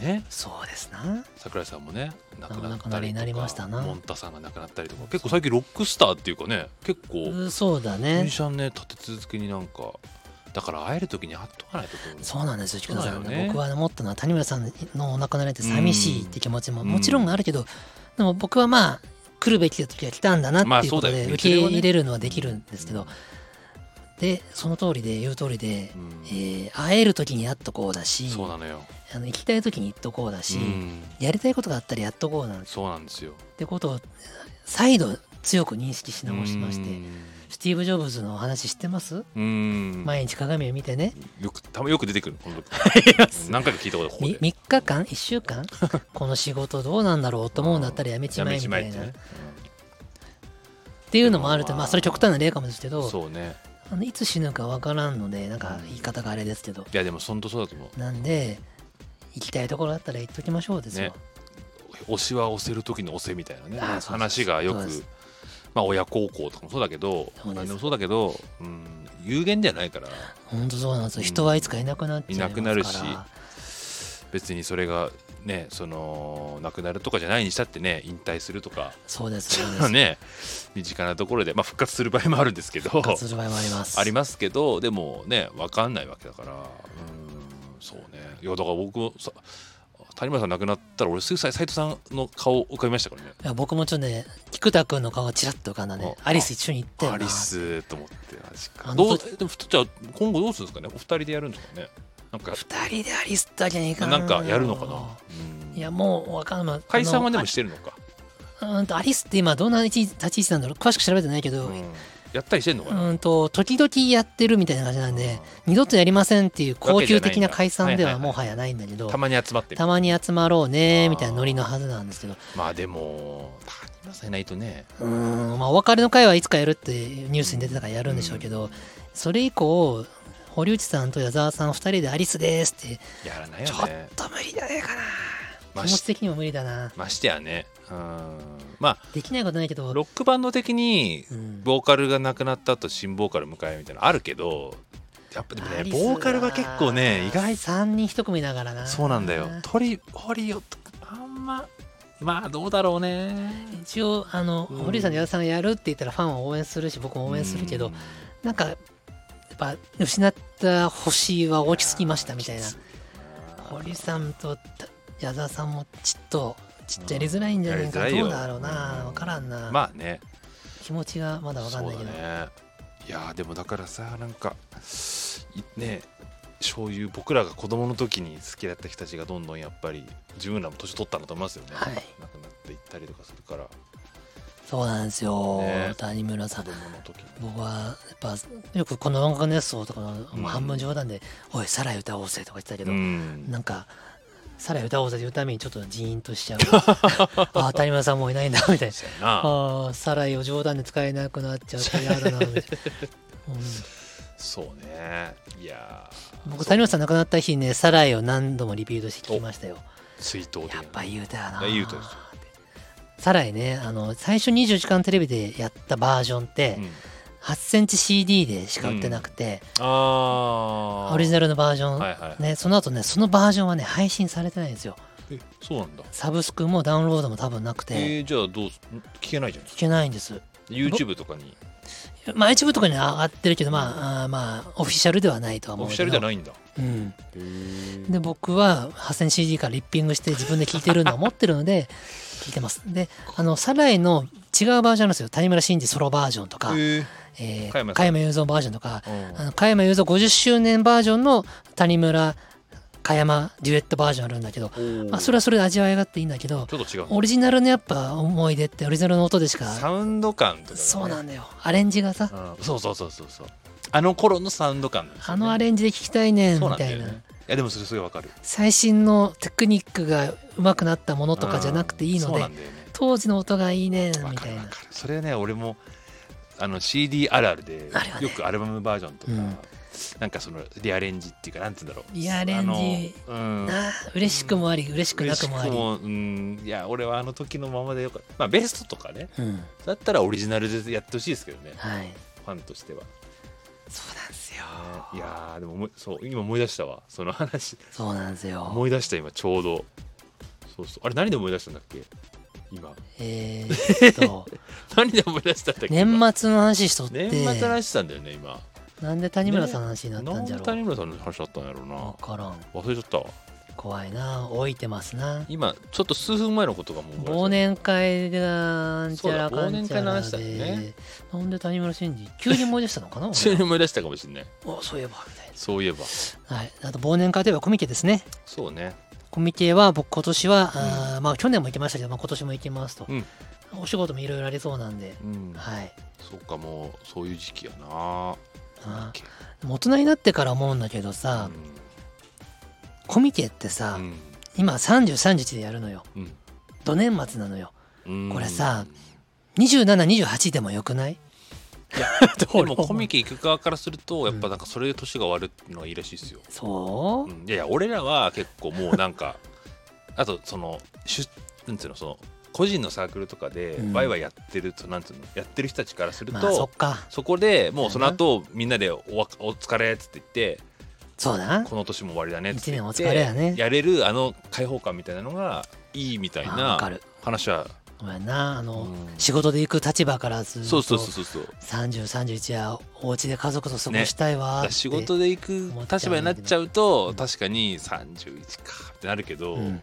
B: ね
A: そうですな
B: 桜井さんもね亡くな
A: 亡
B: っ
A: く
B: た
A: なり
B: り
A: に
B: と
A: なりました
B: か
A: な
B: もんたさんが亡くなったりとか結構最近ロックスターっていうかね結構ミュ
A: うんそうだ
B: ージ
A: ね
B: シャンね立て続けになんかだから会える時に会っとかないとと思う
A: そうなんですよ菊田さん、
B: そうだよね
A: 僕は思ったのは谷村さんのお亡くなりって寂しいって気持ちも
B: うん
A: もちろんあるけど、でも僕はまあ来るべき時が来たんだなっていうこと
B: まあそうだ
A: で
B: よね
A: 受け入れるのはできるんですけど、でその通りで言う通りで、
B: うんうん
A: えー会える時にやっとこうだし
B: そうなのよ、
A: あの行きたい時に行っとこうだし、
B: うん
A: やりたいことがあったらやっとこうなんです
B: そうなんですよ
A: ってことを再度強く認識し直しまし
B: う
A: て
B: ん
A: スティーブ・ジョブズのお話知ってます
B: うん
A: 毎日鏡を見てね
B: よくたまよく出てくるこの時何回か聞いたことあるここ
A: み
B: で
A: 3日間1週 間この仕事どうなんだろうと思うんだったらやめちまえみたい
B: やめち
A: な
B: まえっ
A: って
B: ね
A: ていうのもある
B: で
A: と
B: もまあ
A: まあそれ極端な例かもですけ
B: うん
A: ど
B: そうね
A: あのいつ死ぬかわからんのでなんか言い方があれですけど
B: いやでも本当そうだと思う
A: なんで行きたいところあったら行っときましょうですよ
B: ね。押しは押せる時の押せみたいなね
A: あーそう
B: 話がよ
A: そう
B: く
A: です
B: まあ親孝行とかもそうだけど
A: そうです
B: 何でもそうだけど、うん、有限じゃないから
A: 本当そうなんですよ。
B: うん
A: 人はいつかいなくなっちゃいますから。
B: いなくなるし別にそれがねその亡くなるとかじゃないにしたってね引退するとか
A: そうです。そうです。
B: ね身近なところで、まあ、復活する場合もあるんですけ ど
A: 復活する場合もあります。
B: ありますけどでもね分かんないわけだからうんそうねいやだから僕もさ谷村さん亡くなったら俺すぐ斎藤さんの顔浮かびましたからね
A: いや僕もちょっとね、菊田君の顔がちらっと浮かんだね。
B: あ
A: アリス一緒に行ったよな。
B: アリスと思ってマジか
A: あの
B: どうでもふじゃあ今後どうするんですかねお二人でやるんですかねなんか
A: 二人でアリスだけに行か
B: なんかやるのかな、うん
A: いやもうわかんない。
B: 解散は
A: あの
B: でもしてるのか、
A: あうんとアリスって今どんな立ち立ち位置なんだろう。詳しく調べてないけど
B: う、んやったりしてんのか
A: う
B: な、
A: んと時々やってるみたいな感じなんで、二度とやりませんっていう高級的な解散ではもはやないんだけど
B: た。まに集まってる
A: たまに集まろうねみたいなノリのはずなんですけど
B: まあでも谷村さんいないとね
A: うーんまあお別れの会はいつかやるってニュースに出てたからやるんでしょうけど、それ以降堀内さんと矢沢さん2人で「アリスです」って
B: やらない
A: ちょ
B: よ
A: っ
B: ね
A: と無理じゃねえかな、
B: ま
A: 気持ち
B: し
A: 的にも無理だな
B: ましてやねうんま
A: できないことないけ
B: あ
A: ど
B: ロックバンド的に
A: うん
B: ボーカルがなくなった後新ボーカル迎えるみたいなのあるけどやっぱでも
A: ア
B: ね
A: リス
B: ボーカルは結構ね意外
A: 3人1組だからな
B: そうなんだよ鳥堀よあんままあどうだろうね
A: 一応あの、
B: うん
A: 堀内さんと矢沢さんがやるって言ったらファンは応援するし僕も応援するけど、
B: うん
A: なんかやっぱ失った星は大きすぎましたみたいな
B: きつな
A: 堀さんとた矢沢さんもちっとちっとやりづらいんじゃないか、
B: やりづらい
A: ど
B: よ
A: うだろうな、
B: うん
A: 分からんな、
B: まあね
A: 気持ちがまだ分かんないけど、
B: そうだねいやーでもだからさなんかいねそういう僕らが子供の時に好きだった人たちがどんどんやっぱり自分らも年取ったんだと思いますよね、
A: はい
B: 亡くなっていったりとかするから
A: そうなんですよ、
B: ね
A: 谷村さ
B: 子
A: ん
B: 供の時に
A: 僕はやっぱよくこの音楽熱奏とかの、
B: うん
A: 半分冗談で「おいサライ歌おうぜ」とか言ってたけど、
B: うん
A: なんか「サライ歌おうぜ」って言うためにちょっとジーンとしちゃ うああ谷村さんもういないんだみたいな
B: そうやな
A: ああサライを冗談で使えなくなっちゃって嫌だなみたいな、うん
B: そうねいやー
A: 僕谷本さん亡くなった日ね「サライ」を何度もリピートして聞きましたよ
B: 追悼で
A: やっぱいい歌やない
B: い歌ですよ
A: サライねあの最初『24時間テレビ』でやったバージョンって、
B: うん
A: 8センチ CD でしか売ってなくて、
B: ああ
A: オリジナルのバージョン、
B: はいはい、
A: ね、その後ねそのバージョンはね配信されてないんですよ
B: えそうなんだ
A: サブスクもダウンロードも多分なく
B: え
A: て、
B: ーじゃあどうすん聞けないじゃないです
A: 聞
B: か
A: けないんです、
B: YouTube とかに
A: まあ、YouTube とかには上がってるけど、まあ、あーまあオフィシャルではないとは思
B: オ
A: う
B: フ
A: け
B: ィシ
A: ど
B: ャルじ
A: い、
B: ゃないんだ
A: うん、
B: で
A: で僕は8 0 0 CD からリッピングして自分で聴いてるのは持ってるので聴いてますであのサライの違うバージョンなんですよ谷村新司ソロバージョンとか、えー
B: え加山さん
A: 加山雄三バージョンとか
B: ー
A: あの加山雄三50周年バージョンの谷村加山デュエットバージョンあるんだけど、
B: うん
A: まあ、それはそれで味わいがあっていいんだけど
B: ちょっと違うんだ
A: オリジナルのやっぱ思い出ってオリジナルの音でしか
B: サウンド感とか、ね、
A: そうなんだよアレンジがさ
B: うんそうそうそうそうそうあの頃のサウンド感なんです
A: あ
B: よね、
A: のアレンジで聴きたいねんみ
B: そうなん
A: た
B: だ
A: い
B: よ
A: な
B: ねいやでもそれすごいわかる
A: 最新のテクニックが上手くなったものとかじゃなくていいの
B: そう
A: で
B: なんだよね
A: 当時の音がいいねみ
B: わか
A: たい
B: るわ
A: な
B: かるそれはね俺もあの CD あるあるで
A: あるよね
B: よくアルバムバージョンとか、
A: うん
B: なんかそのリアレンジっていうかなんて言うんだろう
A: リアレンジ
B: あのうん
A: なあ嬉しくもあり嬉しくな
B: 嬉
A: く
B: しく
A: もあり
B: もうんいや俺はあの時のままでよかったまあベストとかね
A: うん
B: だったらオリジナルでやってほしいですけどね
A: はい
B: ファンとしては
A: そうなんですよ
B: いやーでも思いそう今思い出したわその話
A: そうなんですよ
B: 思い出した今ちょうどそうそうあれ何で思い出したんだっけ今
A: えー、っと
B: 何で思い出したんだっけ
A: 年
B: 今
A: 末の話しとって
B: 年末の話したんだよね今
A: なんで谷村さんの話になったんじゃ
B: なんで
A: ろ
B: 谷
A: う
B: 村さんの話だったんやろう
A: わ
B: な
A: からん
B: 忘れちゃったわ
A: 怖いな老いてますな
B: 今ちょっと数分前のことがもう
A: 忘年会でなんちゃらかんちゃら
B: そうだ忘年会の話だ
A: で、
B: よね
A: なんで谷村新司急に思い出したのかな
B: 急に思い出したかもしれない
A: 俺あそういえばみたい
B: そういえば
A: なはいあと忘年会といえばコミケですね
B: そうね
A: コミケは僕今年は、あーまあ去年も行きましたけど、まあ、今年も行きますと、
B: うん
A: お仕事もいろいろありそうなんで、
B: うん、
A: はい。
B: そうかもうそういう時期やな
A: あでも大人になってから思うんだけどさ、コミケってさ、
B: うん
A: 今33日でやるのよ。
B: うん
A: ど年末なのよ。
B: うん
A: これさ27、28でもよくない
B: いや
A: ど
B: で
A: う
B: もコミケ行く側からするとや
A: ん
B: っぱなんかそれで年が終わるっていうのがいいらしいですよ、
A: そうう、
B: んいやいや俺らは結構もうなんか あとその出なんつうのその個人のサークルとかで
A: うん
B: ワイワイやってると、なんつうのやってる人たちからすると、
A: まあそっか。
B: そこでもうその後みんなでおわお疲れっつって言って
A: そうだ。
B: この年も終わりだねっつって言って
A: 一年お疲れやね
B: やれるあの開放感みたいなのがいいみたい
A: あわか
B: な
A: る。
B: 話は
A: ごめんな。あの、
B: うん
A: 仕事で行く立場からすると。
B: そうそうそうそうそう
A: 30、31はお家で家族と過ごしたいわーっ
B: だか
A: て、
B: ら仕事で行く立場になっちゃうと確かに31かってなるけど、
A: うん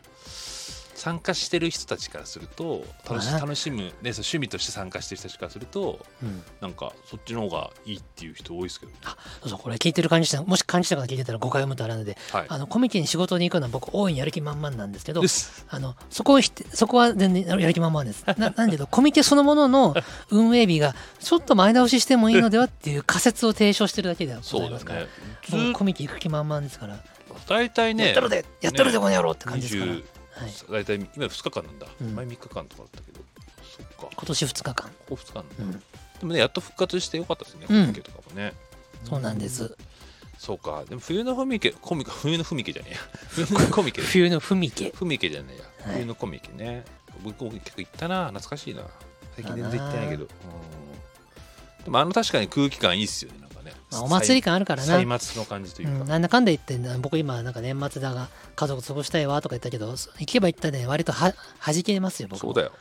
B: 参加してる人たちからすると楽し
A: まあな
B: 楽しむ、ね、そう趣味として参加してる人たちからすると
A: うん、
B: なんかそっちの方がいいっていう人多いですけどね、
A: そうそうこれ聞いてる感じしたもし感じた方聞いてたら誤解を生むとあれなので
B: はい、
A: あのコミケに仕事に行くのは僕大いにやる気満々なんですけど
B: です
A: あのそこを否定そこは全然やる気満々 ですななんだけどコミケそのものの運営日がちょっと前倒ししてもいいのではっていう仮説を提唱してるだけではご
B: そ
A: ざ
B: う
A: い
B: だ
A: ま
B: よ
A: すから
B: ねず
A: もう
B: ーっ
A: コミケ行く気満々ですから、
B: と大体
A: や
B: ね
A: ったろでやったろで
B: ね
A: この野郎って感じですから、
B: 20
A: はい、
B: 大体今2日間なんだ、
A: うん
B: 前3日間とかだったけどそっかこ
A: 今年2日間、
B: こ2日間、
A: うん、
B: でもねやっと復活してよかったですねコ
A: うん
B: ミケとかもね、
A: そうなんです
B: そうかでも冬のコミケコミケ冬のコミケじゃ ねえや冬のコミケ
A: 冬のフミケ
B: コミケじゃねえや、
A: はい
B: 冬のコミケね僕僕結構行ったな懐かしいな最近全然行ってないけどうんでもあの確かに空気感いいっすよねなんかね、
A: まあお祭り感あるからな
B: 歳末の感じというか、
A: うん、なんだかんだ言ってな僕今なんか年末だが家族過ごしたいわとか言ったけどそ行けば行ったで割とははじけますよ僕
B: そうだよ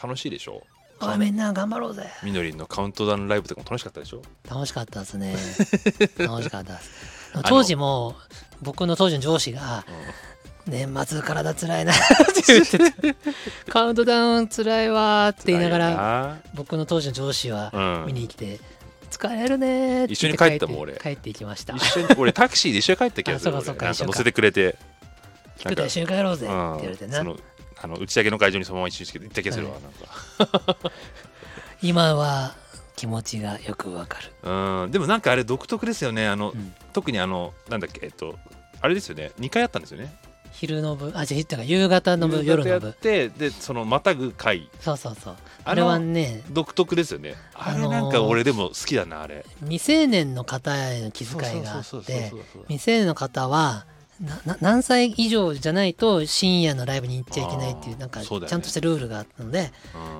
B: 楽しいでしょ
A: おいみんな頑張ろうぜ
B: みのりんのカウントダウンライブとかも楽しかったでしょ
A: 楽しかったです ね楽しかったです当時も僕の当時の上司が「年末体つ らいな」って言ってて「カウントダウンつらいわ」って言いながら
B: ら、
A: 僕の当時の上司は
B: うん
A: 見に来て「疲れるね」って言って
B: 一緒に帰ったもん
A: 帰
B: 俺
A: って帰っていきました
B: 一緒に俺タクシーで一緒に帰った気がする
A: あそうかそうか
B: 俺なん
A: 一緒
B: か
A: か
B: 乗せてくれて
A: 「菊田一緒に帰ろうぜ」って
B: うん
A: 言われてな
B: そのあの打ち上げの会場にそのまま一緒に行った気がするわ、
A: はい
B: なんか
A: 今は気持ちがよくわかる
B: うんでもなんかあれ独特ですよねあの、
A: うん
B: 特にあのなんだっけえっとあれですよね2回やったんですよね
A: 昼の部あじゃあってか夕方の部夜
B: や
A: の
B: っ
A: 部
B: てでそのまたぐ回
A: そうそうそうあ
B: あれ
A: れ
B: は
A: はね
B: 独特ですよねあれ
A: あ
B: なんか
A: のー
B: 俺でも好きだなあれ
A: 未成年の方への気遣いがあ
B: そう
A: っ
B: そうそう
A: て
B: そうそう
A: 未成年の方はなな何歳以上じゃないと深夜のライブに行っちゃいけないってい
B: あ
A: う
B: ー
A: なんかち
B: そうだよね
A: ゃんとしたルールがあったので、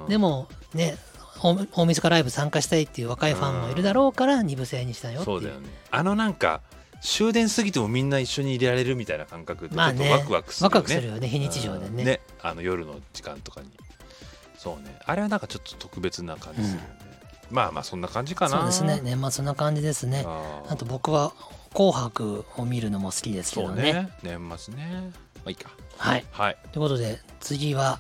B: うん
A: でもね大大晦日ライブ参加したいっていう若いファンもいるだろうから二部制にしたよってい
B: そううだよねあのなんか終電過ぎてもみんな一緒に入れられるみたいな感覚でちょ
A: まあ
B: っと
A: ね
B: ワクワクするよね,、
A: ワクワクするよね非日常で
B: う
A: ね
B: んあの夜の時間とかにそうねあれはなんかちょっと特別な感じするよね、まあまあそんな感じかな
A: そうですね年末な感じですね
B: あー
A: あと僕は「紅白」を見るのも好きですけ
B: そ
A: ど
B: う
A: ね
B: ね年末ねまあいいか
A: はい
B: はい
A: ということで次は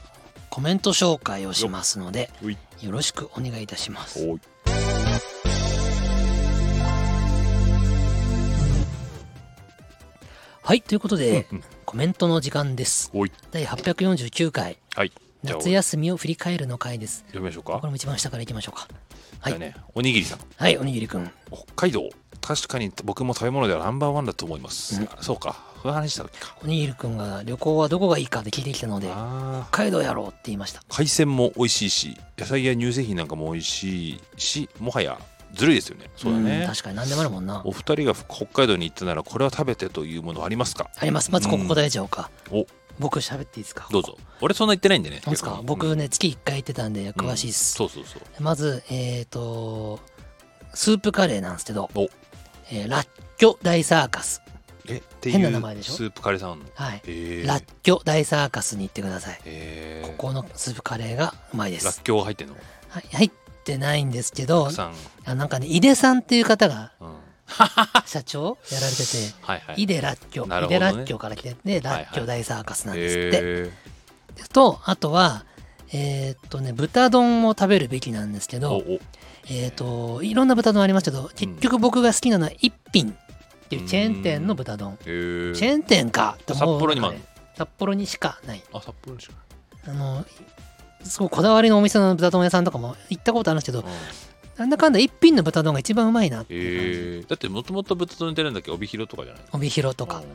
A: コメント紹介をしますので
B: うい
A: よろしくお願いいたします
B: おい
A: はいということで
B: うんうん
A: コメントの時間です
B: おい
A: 第849回
B: はいじゃあ
A: 夏休みを振り返るの回です
B: 読みましょう
A: こ
B: か
A: れも一番下からいきましょうかは
B: じゃあ
A: い、
B: ねおにぎりさん
A: はい、おにぎりくん
B: 北海道確かに僕も食べ物ではナンバーワンだと思います、
A: うん
B: そうかそういう話した時か
A: おにぎりくんが旅行はどこがいいかって聞いてきたので
B: あー
A: 北海道やろうって言いました
B: 海鮮も美味しいし野菜や乳製品なんかも美味しいしもはやずるいですよねそうだ
A: ん
B: ね
A: 確かに何でもあるもんな
B: お二人が北海道に行ったならこれは食べてというものはありますか
A: ありますまずここ答えちゃおうか
B: お
A: 僕喋っていいですか
B: どうぞ俺そんな行ってないんでね
A: なんですか
B: 逆に
A: 僕ね月1回行ってたんで
B: うん
A: 詳しいっす
B: そうそうそう
A: まず、えっ、と、スープカレーなんですけど、
B: お
A: えーラッキョ大サーカス。
B: えっていう
A: 変な名前でしょ
B: スープカレーさんあんの
A: はい。
B: へえ
A: ラッキョ大サーカスに行ってください。
B: へえ
A: ここのスープカレーがうまいで
B: ら
A: す
B: っ。きょうが入ってんの
A: はい、入ってないんですけど
B: たく、さん、
A: あなんかね、井出さんっていう方が
B: うん、はい
A: 社長やられてて、
B: はい
A: 井出ラッキョ、
B: な
A: 井
B: るほ
A: 出
B: どね
A: ラッキョから来てて、ラッキョ大サーカスなんですって。
B: へ
A: と、あとは、えーっとね、豚丼を食べるべきなんですけ
B: ーお
A: ど、
B: お
A: えー、といろんな豚丼ありますけど結局僕が好きなのは一品っていうチェーン店の豚丼、
B: へー
A: チェーン店かと思う
B: 札幌にもある
A: なんかね札幌にしかない
B: あ札幌にしか
A: あのすごいこだわりのお店の豚丼屋さんとかも行ったことあるんですけど
B: うん
A: なんだかんだ一品の豚丼が一番うまいなっていう感じ
B: えー、だってもともと豚丼ってなんだっけ帯広とかじゃないの
A: 帯広とか
B: うんへ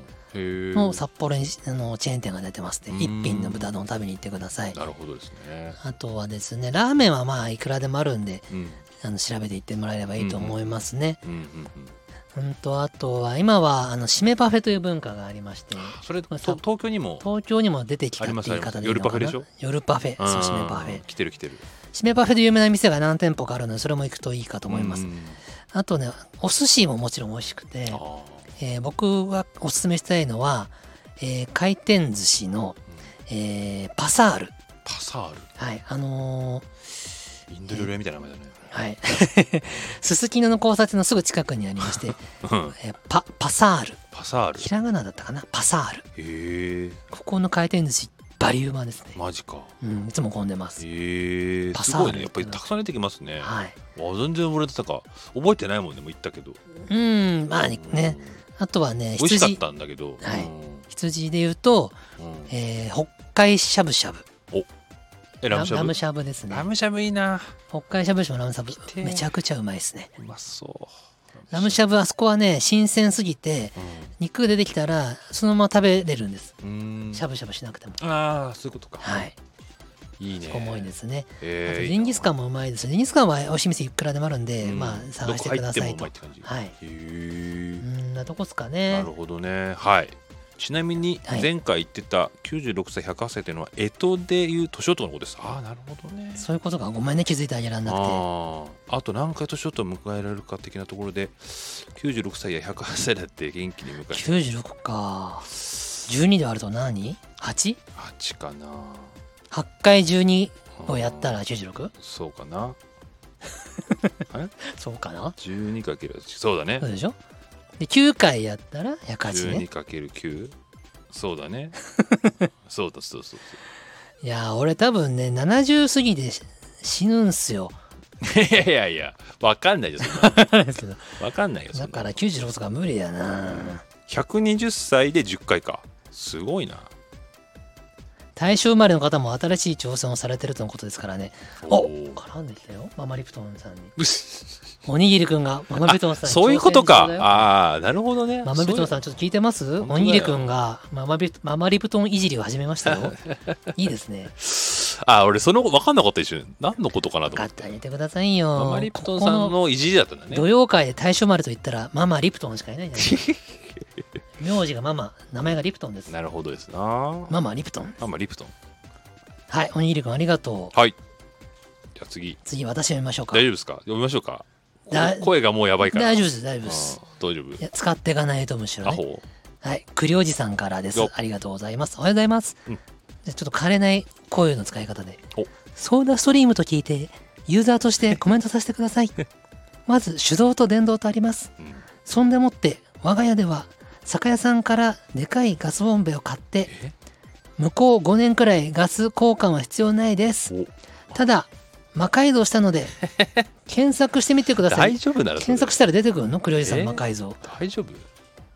B: え
A: の札幌にあのチェーン店が出てますって
B: うん
A: 一品の豚丼食べに行ってください
B: なるほどですね
A: あとはですねラーメンはまあいくらでもあるんで
B: うん
A: あの調べていってもらえればいいと思いますね
B: うんうんうん
A: うんとあとは今はあの締めパフェという文化がありまして
B: それと
A: まあ
B: 東京にも
A: 東京にも出てきたって言い方でいいのか
B: あり
A: な
B: ますあります
A: 夜パフェそう締めパフ
B: う
A: ェ
B: ん来てる来てる
A: 締めパフェで有名な店が何店舗かあるのでそれも行くといいかと思います、
B: うん
A: あとねお寿司ももちろん美味しくて
B: あ、ー
A: えー僕はおすすめしたいのは、えー回転寿司の、えーパサール
B: パサール
A: はいあの
B: インド料理屋みたいな名前だね
A: ーはい すすきのの交差点のすぐ近くにありまして、
B: うん
A: えーパパサール
B: パサール
A: ひらがなだったかなパサール
B: へえ
A: ここの回転寿司バリウマですね、
B: マジか
A: うん、いつも混んでます、
B: へえ
A: パ
B: す
A: サール
B: ごいねやっぱりたくさん出てきますね
A: はい
B: わ全然俺出たか覚えてないもんねもう言ったけど
A: うんまあね
B: うん
A: あとはね
B: 美味しかっ
A: 羊
B: たんだけど
A: はい
B: うん
A: 羊で言うと、
B: うん
A: えー北海しゃぶしゃぶ
B: えラムシャブ
A: しゃぶですね
B: ムシャブいいな
A: 北海しゃぶしゃぶのラムしゃぶ
B: てえ
A: めちゃくちゃうまいですね
B: うまそう
A: ラムしゃぶあそこはね新鮮すぎて肉出てきたらそのまま食べれるんです
B: うん
A: しゃぶしゃぶしなくても
B: ああそういうことか
A: はい
B: いいね
A: 重いですねあと
B: え
A: ジンギスカンもうまいですジンギスカンは美味しい店いくらでもあるんで
B: うん
A: まあ探してくださいと
B: どこ入ってもうまいって感
A: はい
B: じへ
A: う
B: ー
A: んなとこっすか
B: な
A: ね
B: るほどねはいちなみに
A: はい
B: 前回言ってた96歳108歳というのは干支でいう年男のことですああなるほどね
A: そういうことがごめんね気づいてあげらんなくて
B: あーあと何回年男を迎えられるか的なところで96歳や108歳だって元気に迎え る
A: 96か12で割ると何 ?8?8
B: 8かな
A: 回12
B: うん
A: をやったら 96?
B: そうかな
A: そうかな
B: 12× かけるそうだね
A: そうでしょで9回やったら108ね
B: 12×9 そう だねそうだそうそうそ
A: いやー俺多分ね70過ぎでし死ぬんすよ
B: ういやいやいやわかんないよそんな
A: ですけど
B: わかんないよそ
A: だ
B: ん
A: か
B: な
A: ら96とか無理やな
B: 120歳で10回かすごいな
A: 大正生まれの方も新しい挑戦をされてるとのことですからねお
B: おー
A: 絡んできたよママリプトンさんに
B: うっす
A: おにぎりくんがママリプトンさんに
B: そういうこと
A: 挑戦してる
B: か
A: よ
B: ああなるほどね
A: ママリプトン
B: そ
A: さ
B: うん
A: ちょっと聞いてます
B: 本
A: お
B: 当だよ
A: にぎりくんがママビママリプトンいじりを始めました よいいですね
B: ああ俺その分かんなかった一瞬何のことかなと思
A: 買
B: っ
A: って
B: て
A: あげてくださいよ
B: ママリプトンさんのいじりだったんだ
A: ここの
B: ね
A: 土曜会で大正生まれと言ったらママリプトンしかいないじゃ ない名字がママ名前がリプトンです
B: なるほどですな
A: ママリプトン
B: あまあリプトン
A: はいおにぎりくんありがとう
B: はいじゃあ次
A: 次私読みましょうか
B: 大丈夫ですか読みましょうか
A: だ
B: こ声がもうやばいから
A: 大丈夫です大丈夫です
B: あー大丈夫
A: いや使っていかないとむしろ
B: ア
A: ね
B: ホ
A: はい栗おじさんからです
B: よ
A: ありがとうございますおはようございます、
B: うん
A: じゃあちょっと枯れない声の使い方で
B: お
A: ソーダストリームと聞いてユーザーとしてコメントさせてくださ いまず手動と電動とあります
B: うん
A: そんでもって我が家では酒屋さんからでかいガスボンベを買って
B: え
A: 向こう5年くらいガス交換は必要ないです
B: お
A: ただ魔改造したの で検索してみてください
B: 大丈夫なら
A: 検索したら出てくるの栗おじさんの魔改造
B: 大丈夫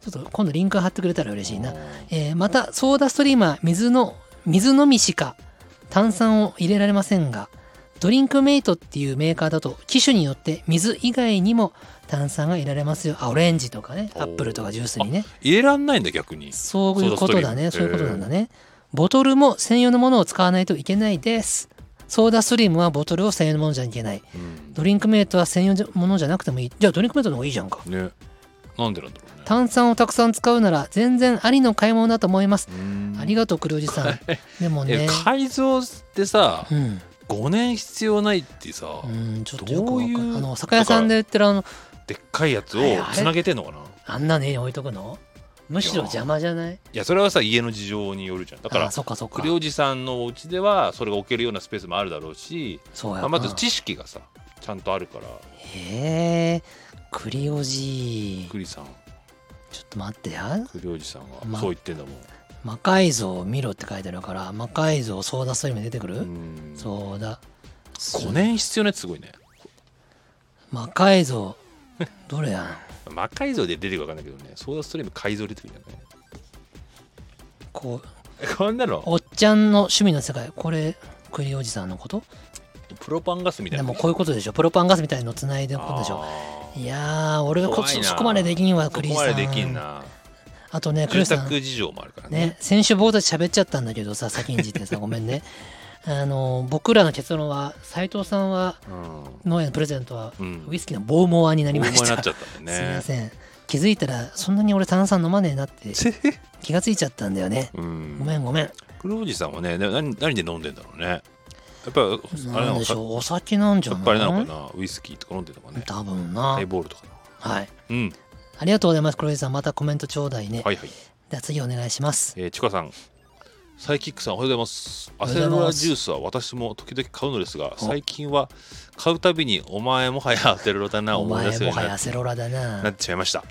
A: ちょっと今度リンク貼ってくれたら嬉しいな
B: あー
A: えーまたソーダストリームは水の水のみしか炭酸を入れられませんがドリンクメイトっていうメーカーだと機種によって水以外にも炭酸が入れられますよあオレンジとかね
B: お
A: ア
B: ー
A: ップルとかジュースにね
B: 入れらんないんだ逆に
A: そういうことだね
B: ソ
A: そう
B: ー
A: いう
B: ダストリーム
A: ことなんだねボトルも専用のものを使わないといけないですソーダストリームはボトルを専用のものじゃいけない
B: うん
A: ドリンクメイトは専用のものじゃなくてもいいじゃあドリンクメイトの方がいいじゃんか
B: ねなんでなんだろうね
A: 炭酸をたくさん使うなら全然ありの買い物だと思いますあり
B: が
A: がとう、黒おじさん。でもね
B: え、改造ってさ
A: うん、
B: 5年必要ないってさ
A: うん、ちょっとよくわか
B: どうい
A: ん
B: う
A: あの、酒屋さんで売ってるあの、
B: でっかいやつを
A: はいあれ
B: つなげてんのかな
A: あんなの家に置いとくのむしろ邪魔じゃない
B: いやそれはさ家の事情によるじゃん
A: だ
B: だから
A: そっかそっか
B: 栗。おじさんのお家ではそれが置けるようなスペースもあるだろうし、
A: そうや
B: ま
A: な。
B: あ、まず知識がさちゃんとあるから
A: へえ、栗おじ。
B: 栗さん
A: ちょっと待ってや。
B: 栗おじさん
A: ま
B: がそう言ってんだもん、
A: 魔改造を見ろって書いてあるから、魔改造、ソーダストリーム出てくる、
B: うん
A: そうだ。
B: 5年必要なやつすごいね
A: 魔改造。どれやん
B: 魔改造で出てくるかわかんないけどねソーダストリーム改造出てくるんじゃない
A: こう、
B: こんなの
A: おっちゃんの趣味の世界。これ、栗おじさんのこと
B: プロパンガスみたい
A: で
B: な
A: もこういうことでしょプロパンガスみたいのつないでおくんでしょ
B: あー
A: いやー俺はこ
B: 怖いな
A: そこまでできんわ
B: そ
A: 栗
B: こ
A: おじ
B: ま
A: さ
B: で
A: ん
B: できんな
A: あとね栗
B: 住
A: おじさん
B: 宅事情もあるからね
A: ね、先週僕たち喋っちゃったんだけどさ先んじ てさごめんねあの僕らの結論は斉藤さんは
B: うん
A: のへのプレゼントは、
B: うん
A: ウイスキーのボーモアになりまし
B: 大物に
A: た
B: なっちゃったんだ
A: すい
B: よ
A: ま
B: ね
A: せん気づいたらそんなに俺炭酸飲まねえなって気がついちゃったんだよね
B: うん
A: ごめんごめん
B: 黒おじさんはねな何何で飲んでんだろうねやっぱあれな
A: なん
B: の
A: でし
B: か
A: ょうお酒なんじ
B: や
A: ゃ
B: っぱ
A: ない
B: あれなのかなウイスキーとか飲んでるのかね
A: 多分な
B: ハイボールとかな
A: はい
B: うん
A: ありがとうございます黒井さんまたコメントちょうだいね、
B: はいはい
A: では次お願いします
B: えー、ちかさんサイキックさんおはようございます
A: お
B: ア
A: はよ
B: セ
A: うござい
B: ロ
A: ま
B: ラ
A: す
B: ジュースは私も時々買うのですが
A: お
B: 最近は買うたびにお前もはやアセロラだな
A: お
B: 思い出
A: 前
B: すよ
A: も
B: うに
A: は
B: な
A: や
B: っ
A: セロラだ
B: な
A: な
B: ってしまいました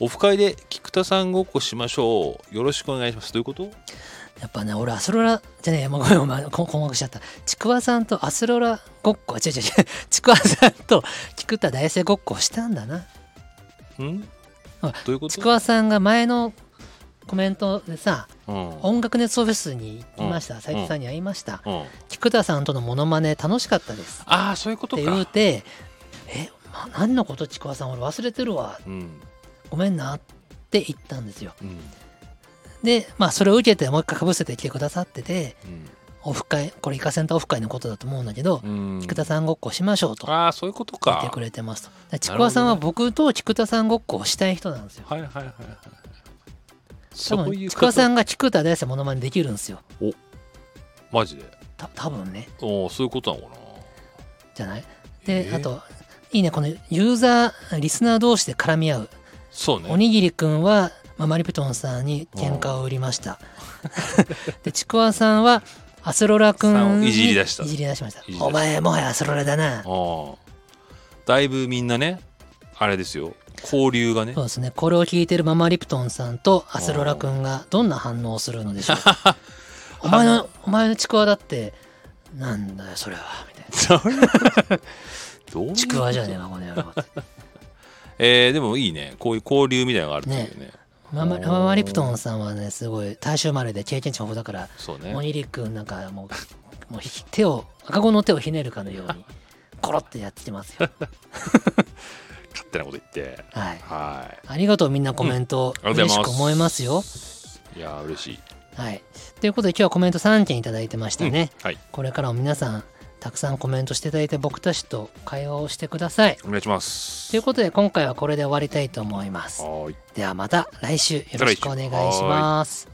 B: オフ会で菊田さんごっこしましょうよろしくお願いしますどういうこと
A: やっぱね俺アセロラじゃねえまあごめんお前こ困惑しちゃったちくわさんとアセロラごっこあ違う違う違うちくわさんと菊田大生ごっこしたんだなん
B: ど
A: あ
B: ういうこ
A: ち
B: と
A: くわさんが前のコメントでさ
B: うん
A: 音楽熱奏フェスに行きました
B: うん
A: 斉藤さんに会いました
B: うん
A: 菊田さんとのモノマネ楽しかったです
B: ああそういうこと
A: って
B: か
A: 言うて「えま何のことちくわさん俺忘れてるわ
B: うん
A: ごめんな」って言ったんですよ
B: うん
A: でまあそれを受けてもう一回かぶせてきてくださってて
B: うん
A: オフ会これイカセンターオフ会のことだと思うんだけど、
B: うん
A: 菊田さんごっこしましょうと
B: ああそういうこと
A: 言って
B: か
A: くれてますとだからちくわさんは僕と菊田さんごっこをしたい人なんですよ
B: はいはいはいはい
A: 多
B: そうい
A: 分
B: う
A: ちくわさ
B: ん
A: んが菊田大輔モノマネできるんですよ
B: マジで
A: た多分ね
B: おーそういうことなのかな
A: じゃないで、
B: えー
A: あといいねこのユーザーリスナー同士で絡み合う
B: そうね
A: おにぎりくんは、まあ、マリプトンさんに喧嘩を売りましたでちくわさんはアスロラく
B: さ
A: ん
B: んを
A: に
B: いじり出した
A: いじり出しました
B: じり出した
A: お前もはやアスロラだな
B: ああだいぶみんなねあれですよ交流がね
A: そうですねこれを聞いてるママリプトンさんとアスロラくんがどんな反応をするのでしょうお 前のお前のちくわだってなんだよそれはみたい な
B: どういう
A: ちくわじゃねえわこの野郎 って
B: えーでもいいねこういう交流みたいなのがあるっていうね
A: ママ
B: おー
A: ママリプトンさんはねすごい大衆生まれで経験値豊富だから
B: そう
A: お
B: ね
A: にぎりくんなんかもうもうひ手を赤子の手をひねるかのよう にコロってやってますよ
B: 勝手なこと言って
A: はい
B: は
A: ありがとうみんなコメント、
B: うんありがとう
A: 嬉
B: ござい
A: し
B: ま
A: く
B: す
A: 思いますよ
B: いいやー嬉しい
A: はいということで今日はコメント3件いただいてましたね、
B: うんはい
A: これからも皆さんたくさんコメントしていただいて僕たちと会話をしてください
B: お願いします
A: ということで今回はこれで終わりたいと思います
B: はーい
A: ではまた来週よろしくお願いします